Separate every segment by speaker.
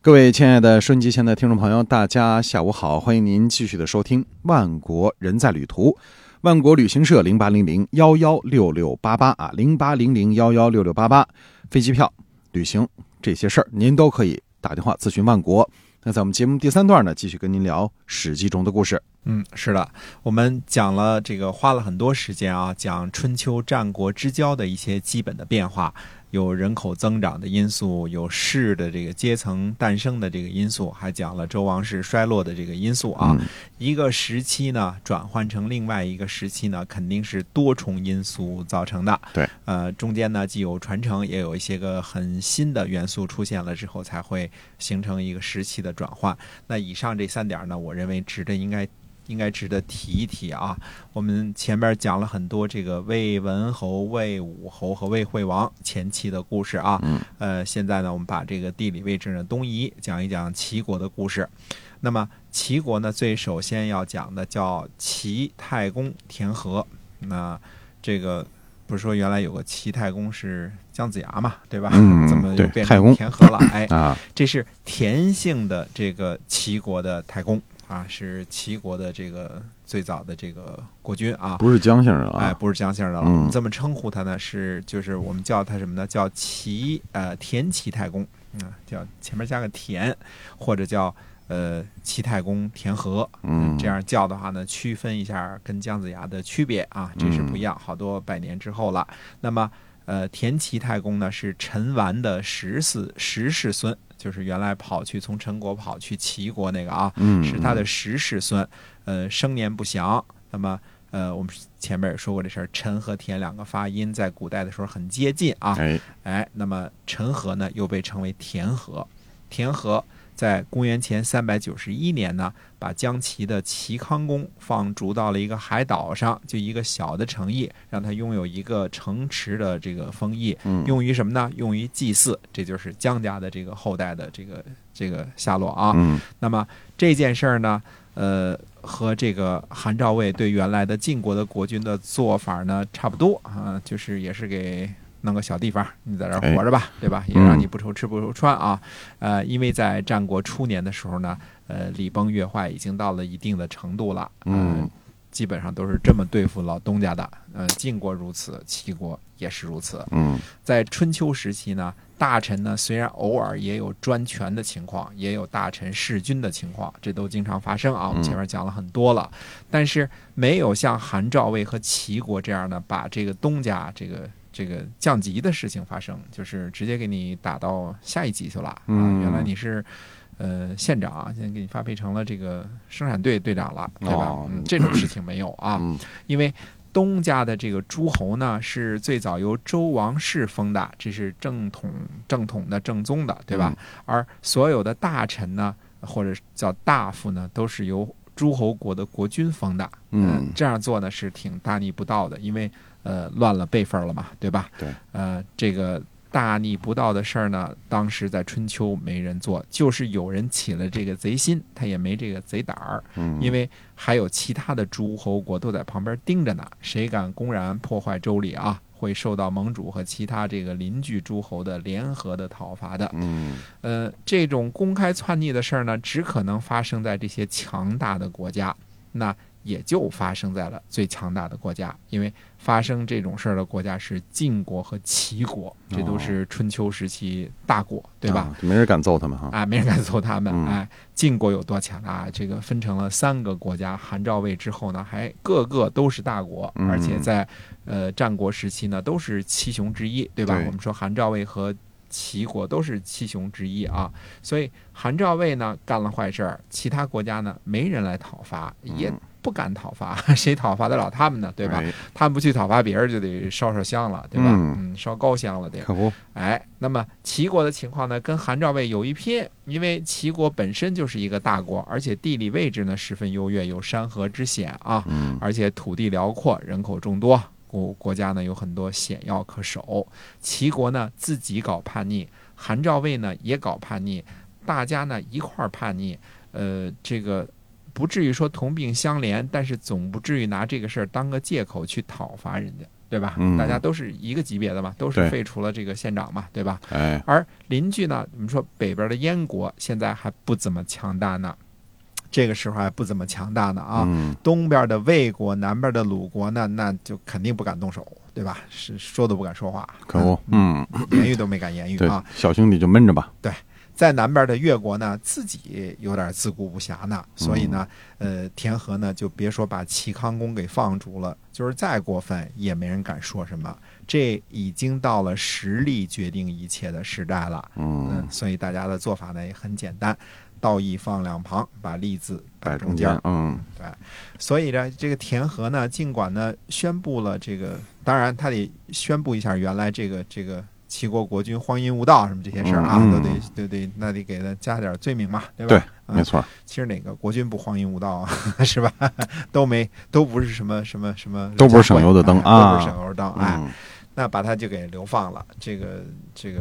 Speaker 1: 各位亲爱的收音机前的听众朋友，大家下午好！欢迎您继续的收听《万国人在旅途》，万国旅行社零八零零幺幺六六八八啊，零八零零幺幺六六八八，飞机票、旅行这些事儿，您都可以打电话咨询万国。那在我们节目第三段呢，继续跟您聊《史记》中的故事。
Speaker 2: 嗯，是的，我们讲了这个，花了很多时间啊，讲春秋战国之交的一些基本的变化，有人口增长的因素，有士的这个阶层诞生的这个因素，还讲了周王室衰落的这个因素啊。
Speaker 1: 嗯
Speaker 2: 一个时期呢，转换成另外一个时期呢，肯定是多重因素造成的。
Speaker 1: 对，
Speaker 2: 呃，中间呢既有传承，也有一些个很新的元素出现了之后，才会形成一个时期的转换。那以上这三点儿呢，我认为值得应该应该值得提一提啊。我们前边讲了很多这个魏文侯、魏武侯和魏惠王前期的故事啊。
Speaker 1: 嗯
Speaker 2: 呃，现在呢，我们把这个地理位置呢东移，讲一讲齐国的故事。那么齐国呢，最首先要讲的叫齐太公田和。那这个不是说原来有个齐太公是姜子牙嘛，对吧？
Speaker 1: 嗯
Speaker 2: 怎么又
Speaker 1: 对
Speaker 2: 变
Speaker 1: 太公
Speaker 2: 成田和了？ 哎，
Speaker 1: 啊，
Speaker 2: 这是田姓的这个齐国的太公啊，是齐国的这个最早的这个国君啊。
Speaker 1: 不是姜先生
Speaker 2: 哎，
Speaker 1: 啊，
Speaker 2: 不是姜姓的了，
Speaker 1: 嗯
Speaker 2: 我们这么称呼他呢，是就是我们叫他什么呢？叫齐呃田齐太公啊、嗯叫前面加个田，或者叫呃齐太公田和，
Speaker 1: 嗯，
Speaker 2: 这样叫的话呢，区分一下跟姜子牙的区别啊，这是
Speaker 1: 嗯
Speaker 2: 不一样，好多百年之后了。那么，呃，田齐太公呢是陈完的十四十世孙，就是原来跑去从陈国跑去齐国那个啊，
Speaker 1: 嗯，
Speaker 2: 是他的十世孙，呃，生年不详。那么，呃，我们前面也说过这事儿，陈和田两个发音在古代的时候很接近啊，
Speaker 1: 哎，
Speaker 2: 哎，那么陈和呢又被称为田和，田和在公元前三百九十一年呢，把将齐的齐康公放逐到了一个海岛上，就一个小的城邑，让他拥有一个城池的这个封邑，
Speaker 1: 嗯，
Speaker 2: 用于什么呢？用于祭祀，这就是姜家的这个后代的这个这个下落啊。
Speaker 1: 嗯
Speaker 2: 那么这件事儿呢，呃，和这个韩赵魏对原来的晋国的国君的做法呢差不多啊，就是也是给弄个小地方，你在这儿活着吧，对吧？也让你不愁吃不愁穿啊。呃，因为在战国初年的时候呢，呃，礼崩乐坏已经到了一定的程度了，呃
Speaker 1: 嗯，
Speaker 2: 基本上都是这么对付老东家的。呃，晋国如此，齐国也是如此。
Speaker 1: 嗯，
Speaker 2: 在春秋时期呢，大臣呢虽然偶尔也有专权的情况，也有大臣弑君的情况，这都经常发生
Speaker 1: 嗯
Speaker 2: 啊。我们前面讲了很多了，但是没有像韩赵魏和齐国这样呢，把这个东家这个。这个降级的事情发生，就是直接给你打到下一级去了。
Speaker 1: 嗯
Speaker 2: 啊，原来你是，呃，县长，现在给你发配成了这个生产队队长了，对吧？
Speaker 1: 哦
Speaker 2: 嗯，这种事情没有啊。
Speaker 1: 嗯
Speaker 2: 因为东家的这个诸侯呢，是最早由周王室封的，这是正统、正统的、正宗的，对吧？
Speaker 1: 嗯
Speaker 2: 而所有的大臣呢，或者叫大夫呢，都是由诸侯国的国君封的。呃
Speaker 1: 嗯，
Speaker 2: 这样做呢是挺大逆不道的，因为呃乱了辈分了嘛，对吧？
Speaker 1: 对，
Speaker 2: 呃，这个大逆不道的事儿呢，当时在春秋没人做，就是有人起了这个贼心，他也没这个贼胆儿，
Speaker 1: 嗯
Speaker 2: 因为还有其他的诸侯国都在旁边盯着呢，谁敢公然破坏周礼啊，会受到盟主和其他这个邻居诸侯的联合的讨伐的。
Speaker 1: 嗯
Speaker 2: 呃，这种公开篡逆的事儿呢，只可能发生在这些强大的国家，那也就发生在了最强大的国家，因为发生这种事儿的国家是晋国和齐国，这都是春秋时期大国，对吧？？
Speaker 1: 啊没人敢揍他们哈。
Speaker 2: 啊，没人敢揍他们。
Speaker 1: 嗯
Speaker 2: 哎，晋国有多强大？这个分成了三个国家，韩赵魏之后呢，还个个都是大国，
Speaker 1: 嗯
Speaker 2: 而且在呃战国时期呢，都是七雄之一，对吧？
Speaker 1: 对
Speaker 2: 我们说韩赵魏和齐国都是七雄之一啊，所以韩赵魏呢干了坏事儿，其他国家呢没人来讨伐，也
Speaker 1: 嗯
Speaker 2: 不敢讨伐， 谁讨伐得了他们呢？对吧？
Speaker 1: 哎？
Speaker 2: 他们不去讨伐别人，就得烧烧香了，对吧？
Speaker 1: 嗯
Speaker 2: 嗯，烧高香了得。
Speaker 1: 可不，
Speaker 2: 哎，那么齐国的情况呢，跟韩赵魏有一拼，因为齐国本身就是一个大国，而且地理位置呢十分优越，有山河之险啊，
Speaker 1: 嗯
Speaker 2: 而且土地辽阔，人口众多，国国家呢有很多险要可守。齐国呢自己搞叛逆，韩赵魏呢也搞叛逆，大家呢一块儿叛逆，呃，这个不至于说同病相怜，但是总不至于拿这个事儿当个借口去讨伐人家。对吧
Speaker 1: 嗯？
Speaker 2: 大家都是一个级别的嘛，都
Speaker 1: 对
Speaker 2: 是废除了这个县长嘛，对吧？
Speaker 1: 哎，
Speaker 2: 而邻居呢，我们说北边的燕国现在还不怎么强大呢，这个时候还不怎么强大呢啊。
Speaker 1: 嗯，
Speaker 2: 东边的魏国，南边的鲁国呢，那就肯定不敢动手，对吧？是说都不敢说话，啊
Speaker 1: 可恶，嗯，
Speaker 2: 言语都没敢言语
Speaker 1: 对
Speaker 2: 啊。，
Speaker 1: 小兄弟就闷着吧，
Speaker 2: 在南边的越国呢，自己有点自顾不暇呢，
Speaker 1: 嗯
Speaker 2: 所以呢，呃，田和呢就别说把齐康公给放逐了，就是再过分也没人敢说什么。这已经到了实力决定一切的时代了，
Speaker 1: 嗯
Speaker 2: 嗯，，所以大家的做法呢也很简单，道义放两旁，把利字
Speaker 1: 摆
Speaker 2: 摆
Speaker 1: 中
Speaker 2: 中
Speaker 1: 间
Speaker 2: 间。，
Speaker 1: 嗯，
Speaker 2: 所以呢，这个田和呢，尽管呢宣布了这个，当然他得宣布一下原来这个这个齐国国君荒淫无道什么这些事儿啊，
Speaker 1: 嗯
Speaker 2: 都得都得那得给他加点罪名嘛，对吧？
Speaker 1: 对
Speaker 2: 嗯
Speaker 1: 没错，
Speaker 2: 其实哪个国君不荒淫无道啊， 是吧？都没都不是什么什么什么，
Speaker 1: 都不是省油的灯
Speaker 2: 哎
Speaker 1: 啊
Speaker 2: 都不是省油的灯，哎，
Speaker 1: 嗯，
Speaker 2: 那把他就给流放了。这个这个，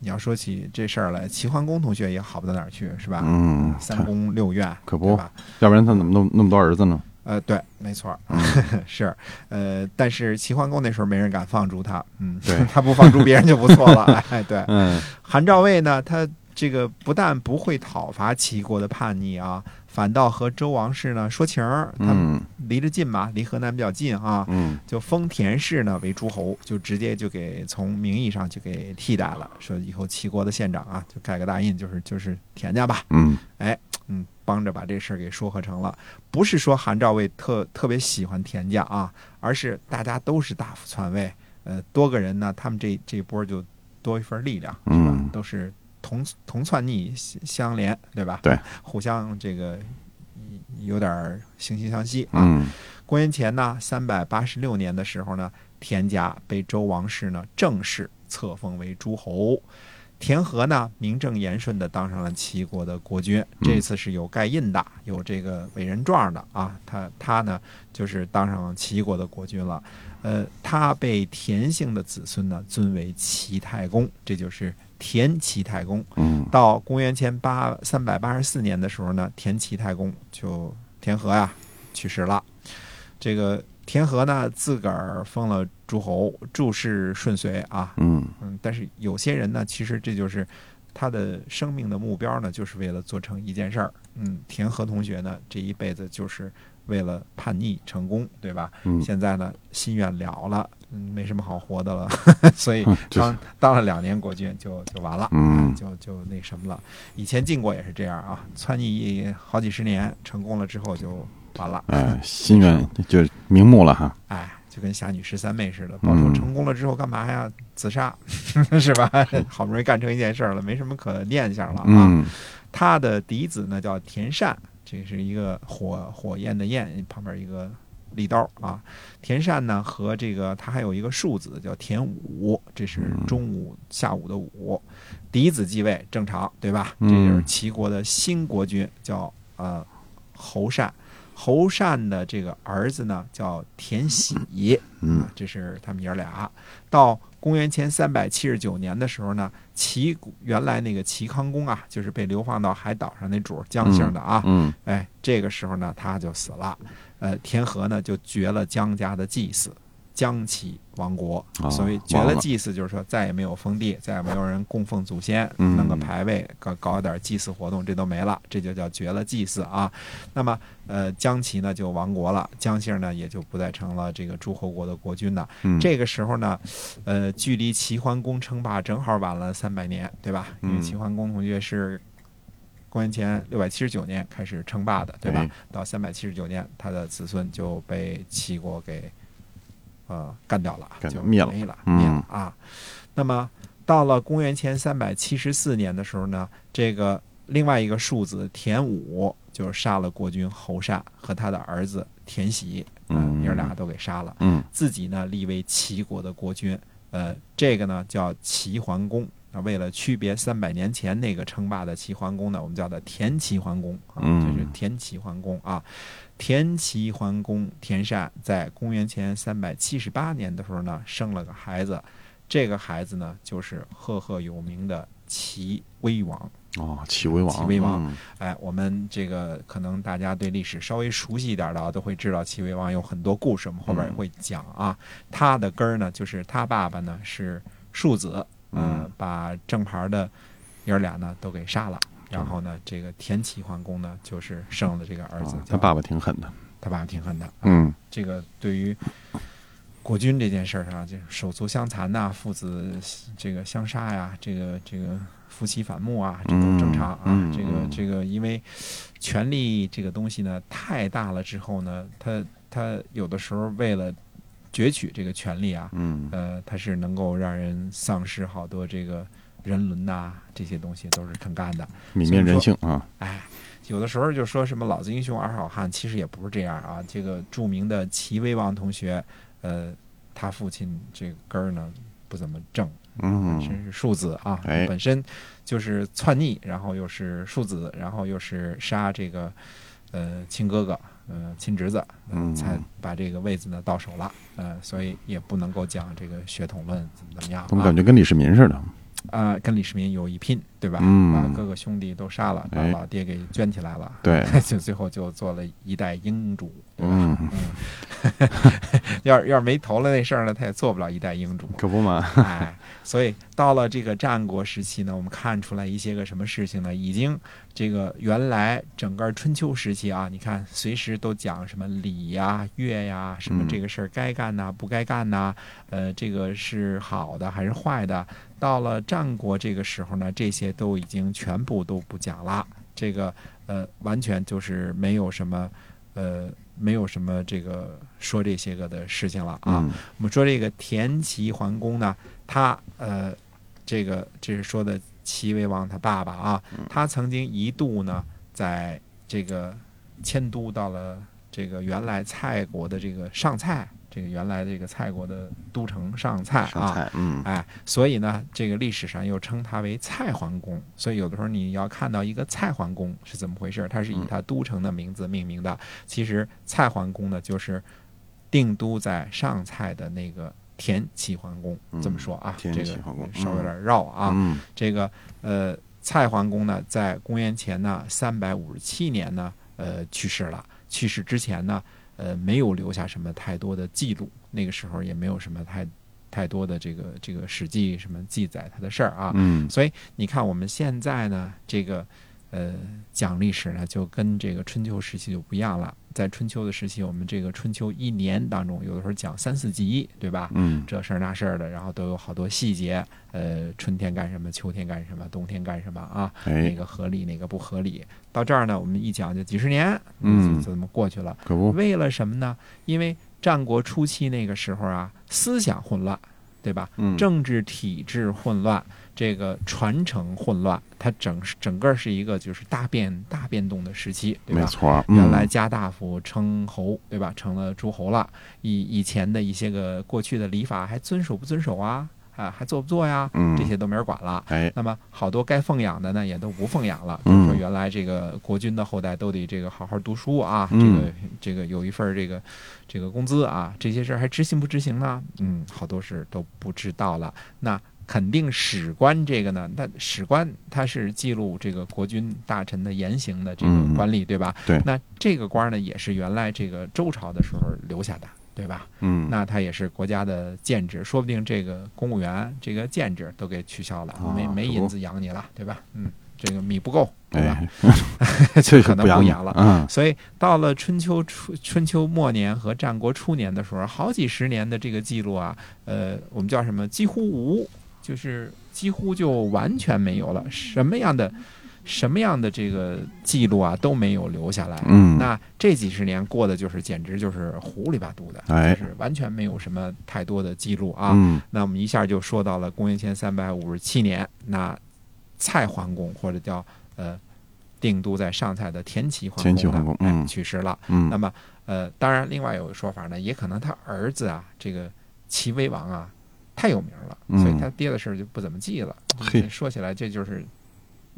Speaker 2: 你要说起这事儿来，齐桓公同学也好不到哪儿去，是吧？
Speaker 1: 嗯
Speaker 2: 三宫六院，
Speaker 1: 可不
Speaker 2: 对吧？
Speaker 1: 要不然他怎么那么那么多儿子呢？
Speaker 2: 呃，对，没错儿，
Speaker 1: 嗯
Speaker 2: 是，呃，但是齐桓公那时候没人敢放逐他，嗯，
Speaker 1: 对
Speaker 2: 他不放逐别人就不错了，哎，对，
Speaker 1: 嗯，
Speaker 2: 韩赵魏呢，他这个不但不会讨伐齐国的叛逆啊，反倒和周王室呢说情儿，他们
Speaker 1: 嗯
Speaker 2: 离着近嘛，离河南比较近啊，
Speaker 1: 嗯，
Speaker 2: 就封田氏呢为诸侯，就直接就给从名义上就给替代了，说以后齐国的县长啊，就盖个大印，就是就是田家吧，
Speaker 1: 嗯，
Speaker 2: 嗯，帮着把这事儿给说和成了。不是说韩赵魏特特别喜欢田家啊，而是大家都是大夫篡位，呃，多个人呢，他们这这波就多一份力量，是吧？
Speaker 1: 嗯
Speaker 2: 都是同同篡逆相相连，对吧？
Speaker 1: 对，
Speaker 2: 互相这个有点儿惺惺相惜啊。
Speaker 1: 嗯，
Speaker 2: 公元前呢三百八十六年的时候呢，田家被周王室呢正式册封为诸侯。田和呢，名正言顺的当上了齐国的国君，这次是有盖印的，有这个委任状的啊。他他呢，就是当上齐国的国君了。呃，他被田姓的子孙呢尊为齐太公，这就是田齐太公。
Speaker 1: 嗯，
Speaker 2: 到公元前八三百八十四年的时候呢，田齐太公就田和呀、去世了。这个田和呢，自个儿封了诸侯，诸事顺遂啊。
Speaker 1: 嗯，
Speaker 2: 嗯，但是有些人呢，其实这就是他的生命的目标呢，就是为了做成一件事儿。嗯，田和同学呢，这一辈子就是为了叛逆成功，对吧？
Speaker 1: 嗯，
Speaker 2: 现在呢，心愿了了，嗯，没什么好活的了， 所以
Speaker 1: 嗯这是
Speaker 2: 当当了两年国君就就完了，
Speaker 1: 嗯
Speaker 2: 啊就就那什么了。以前晋国也是这样啊，篡逆好几十年，成功了之后就完了，
Speaker 1: 哎，心愿就瞑目了哈，
Speaker 2: 哎，就跟侠女十三妹似的，报仇
Speaker 1: 嗯
Speaker 2: 成功了之后干嘛呀？自杀， 是吧？好不容易干成一件事儿了，没什么可念想了啊。
Speaker 1: 嗯，
Speaker 2: 他的嫡子呢叫田善，这是一个火火焰的焰旁边一个利刀啊。田善呢和这个他还有一个庶子叫田武，这是中午下午的午。嫡子继位正常对吧？这
Speaker 1: 嗯
Speaker 2: 就是齐国的新国君叫呃侯善。侯善的这个儿子呢叫田喜，
Speaker 1: 嗯
Speaker 2: 啊，这是他们爷儿俩。到公元前三百七十九年的时候呢，齐国原来那个齐康公啊，就是被流放到海岛上那主儿姜姓的啊，
Speaker 1: 嗯，
Speaker 2: 哎，这个时候呢他就死了。呃，田和呢就绝了姜家的祭祀，姜齐亡国。
Speaker 1: 啊
Speaker 2: 所谓绝
Speaker 1: 忘
Speaker 2: 了
Speaker 1: 了
Speaker 2: 祭祀，就是说再也没有封地，再也没有人供奉祖先，
Speaker 1: 嗯
Speaker 2: 弄个牌位，搞搞点祭祀活动，这都没了，这就叫绝了祭祀啊。那么，呃，姜齐呢就亡国了，姜姓呢也就不再成了这个诸侯国的国君了。
Speaker 1: 嗯
Speaker 2: 这个时候呢，呃，距离齐桓公称霸正好晚了三百年，对吧？因为
Speaker 1: 嗯
Speaker 2: 齐桓公同学是公元前六百七十九年开始称霸的，对吧？
Speaker 1: 哎
Speaker 2: 到三百七十九年，他的子孙就被齐国给呃干掉了，
Speaker 1: 干
Speaker 2: 就
Speaker 1: 灭了
Speaker 2: 没了，
Speaker 1: 嗯
Speaker 2: 灭了啊。那么到了公元前三百七十四年的时候呢，这个另外一个庶子田武就杀了国君侯善和他的儿子田喜，呃
Speaker 1: 嗯
Speaker 2: 爷儿俩都给杀了。
Speaker 1: 嗯
Speaker 2: 自己呢立为齐国的国君。呃，这个呢叫齐桓公。啊，为了区别三百年前那个称霸的齐桓公呢，我们叫它田齐桓公啊，
Speaker 1: 嗯
Speaker 2: 这是田齐桓公啊。田齐桓公田善在公元前三百七十八年的时候呢，生了个孩子，这个孩子呢就是赫赫有名的齐威王
Speaker 1: 哦，齐威王，
Speaker 2: 齐威王
Speaker 1: 嗯
Speaker 2: 哎，我们这个可能大家对历史稍微熟悉一点的啊，都会知道齐威王有很多故事，我们
Speaker 1: 嗯
Speaker 2: 后边也会讲啊。他的根儿呢，就是他爸爸呢是庶子，呃
Speaker 1: 嗯
Speaker 2: 把正牌的爷儿俩呢都给杀了。然
Speaker 1: 嗯
Speaker 2: 后呢，这个田齐桓公呢，就是生了这个儿子
Speaker 1: 啊，
Speaker 2: 叫
Speaker 1: 他爸爸挺狠的，
Speaker 2: 他爸爸挺狠的。
Speaker 1: 嗯
Speaker 2: 这个对于国君这件事儿上，就是手足相残呐、父子这个相杀呀、这个这个夫妻反目啊，这都正常啊。
Speaker 1: 嗯嗯
Speaker 2: 这
Speaker 1: 嗯
Speaker 2: 个这个，因为权力这个东西呢太大了之后呢，他他有的时候为了攫取这个权力啊，
Speaker 1: 嗯，
Speaker 2: 呃，它是能够让人丧失好多这个人伦呐、这些东西都是肯干的。
Speaker 1: 泯灭人性啊，
Speaker 2: 哎，有的时候就说什么“老子英雄儿好汉”，其实也不是这样啊。这个著名的齐威王同学，呃，他父亲这个根儿呢不怎么正，本
Speaker 1: 嗯
Speaker 2: 身是庶子啊，
Speaker 1: 哎
Speaker 2: 本身就是篡逆，然后又是庶子，然后又是杀这个呃亲哥哥。呃，亲侄子，
Speaker 1: 嗯
Speaker 2: 嗯，才把这个位子呢到手了，呃，所以也不能够讲这个血统论怎么怎么样、啊。
Speaker 1: 怎么感觉跟李世民似的？
Speaker 2: 啊、跟李世民有一拼，对吧？
Speaker 1: 嗯
Speaker 2: 把各个兄弟都杀了，把
Speaker 1: 哎
Speaker 2: 老爹给圈起来了，
Speaker 1: 对，
Speaker 2: 就最后就做了一代英主，对吧？
Speaker 1: 嗯，
Speaker 2: 要是要是没头了那事儿呢，他也做不了一代英主。
Speaker 1: 可不嘛，
Speaker 2: 哎， 所以到了这个战国时期呢，我们看出来一些个什么事情呢？已经这个原来整个春秋时期啊，你看随时都讲什么礼呀、乐呀、什么
Speaker 1: 嗯
Speaker 2: 这个事儿该干呐、不该干呐、呃，这个是好的还是坏的？到了战国这个时候呢，这些都已经全部都不讲了，这个呃，完全就是没有什么呃，没有什么这个说这些个的事情了啊。
Speaker 1: 嗯
Speaker 2: 我们说这个田齐桓公呢，他呃，这个这是说的齐威王他爸爸啊，他曾经一度呢，在这个迁都到了这个原来蔡国的这个上蔡，这个原来这个蔡国的都城上蔡啊，
Speaker 1: 上菜，嗯
Speaker 2: 哎，所以呢，这个历史上又称它为蔡桓公。所以有的时候你要看到一个蔡桓公是怎么回事，它是以
Speaker 1: 嗯
Speaker 2: 它都城的名字命名的。其实蔡桓公呢，就是定都在上蔡的那个田齐桓公。这么说啊，
Speaker 1: 嗯田
Speaker 2: 这
Speaker 1: 齐
Speaker 2: 个
Speaker 1: 桓公
Speaker 2: 稍微有点绕啊。
Speaker 1: 嗯
Speaker 2: 这个呃，蔡桓公呢，在公元前呢三百五十七年呢，呃，去世了。去世之前呢，呃，没有留下什么太多的记录，那个时候也没有什么太太多的这个这个史记什么记载他的事儿啊。
Speaker 1: 嗯
Speaker 2: 所以你看，我们现在呢，这个呃讲历史呢，就跟这个春秋时期就不一样了。在春秋的时期，我们这个春秋一年当中，有的时候讲三四集，对吧？
Speaker 1: 嗯
Speaker 2: 这事儿那事儿的，然后都有好多细节，呃，春天干什么，秋天干什么，冬天干什么啊，哪
Speaker 1: 哎，
Speaker 2: 个合理，哪个不合理。到这儿呢，我们一讲就几十年，
Speaker 1: 嗯
Speaker 2: 就就这么过去了。
Speaker 1: 可不，
Speaker 2: 为了什么呢？因为战国初期那个时候啊，思想混乱，对吧？
Speaker 1: 嗯
Speaker 2: 政治体制混乱，这个传承混乱，它整整个是一个就是大变大变动的时期，对
Speaker 1: 没
Speaker 2: 吧？
Speaker 1: 错儿，嗯
Speaker 2: 原来家大夫称侯，对吧？成了诸侯了。以以前的一些个过去的礼法还遵守不遵守啊？啊，还做不做呀？
Speaker 1: 嗯
Speaker 2: 这些都没人管了。
Speaker 1: 哎，
Speaker 2: 那么好多该奉养的呢，也都不奉养了。比
Speaker 1: 嗯
Speaker 2: 如说原来这个国君的后代都得这个好好读书啊，
Speaker 1: 嗯
Speaker 2: 这个这个有一份儿这个这个工资啊，这些事儿还执行不执行呢？嗯，好多事都不知道了。那肯定史官这个呢，那史官他是记录这个国君大臣的言行的这
Speaker 1: 嗯
Speaker 2: 个官吏，对吧？
Speaker 1: 对
Speaker 2: 那这个官儿呢，也是原来这个周朝的时候留下的，对吧？
Speaker 1: 嗯，
Speaker 2: 那它也是国家的建制，说不定这个公务员这个建制都给取消了，
Speaker 1: 啊
Speaker 2: 没没
Speaker 1: 可不
Speaker 2: 银子养你了，对吧？嗯，这个米不够，对吧？
Speaker 1: 哎，
Speaker 2: 就
Speaker 1: 这
Speaker 2: 可
Speaker 1: 就
Speaker 2: 能
Speaker 1: 养你
Speaker 2: 养了。
Speaker 1: 嗯
Speaker 2: 所以到了春秋初、春秋末年和战国初年的时候，好几十年的这个记录啊，呃，我们叫什么？几乎无，就是几乎就完全没有了，
Speaker 1: 嗯
Speaker 2: 什么样的、什么样的这个记录啊都没有留下来。
Speaker 1: 嗯，
Speaker 2: 那这几十年过的就是简直就是糊里八涂的，
Speaker 1: 哎
Speaker 2: 就是完全没有什么太多的记录啊。
Speaker 1: 嗯
Speaker 2: 那我们一下就说到了公元前三百五十七年，那蔡桓公或者叫呃定都在上蔡的田齐桓公
Speaker 1: 田齐
Speaker 2: 呢，
Speaker 1: 桓公嗯
Speaker 2: 哎去世了。
Speaker 1: 嗯
Speaker 2: 那么呃，当然另外有个说法呢，也可能他儿子啊，这个齐威王啊太有名了，
Speaker 1: 嗯
Speaker 2: 所以他爹的事儿就不怎么记了。
Speaker 1: 嘿
Speaker 2: 这说起来，这就是。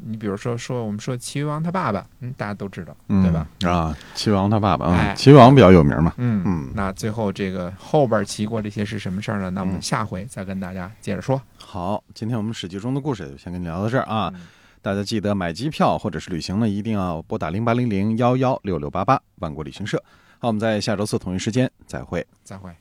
Speaker 2: 你比如说，说我们说齐威王他爸爸，嗯，大家都知道，
Speaker 1: 嗯
Speaker 2: 对吧？？
Speaker 1: 啊，齐王他爸爸啊，
Speaker 2: 哎
Speaker 1: 齐王比较有名嘛，
Speaker 2: 嗯
Speaker 1: 嗯
Speaker 2: 那最后这个后边齐国这些是什么事儿呢？那我们下回再跟大家接着说。
Speaker 1: 好，今天我们《史记》中的故事就先跟你聊到这儿啊。
Speaker 2: 嗯
Speaker 1: 大家记得买机票或者是旅行呢，一定要拨打零八零零幺幺六六八八万国旅行社。好，我们在下周四同一时间再会。
Speaker 2: 再会。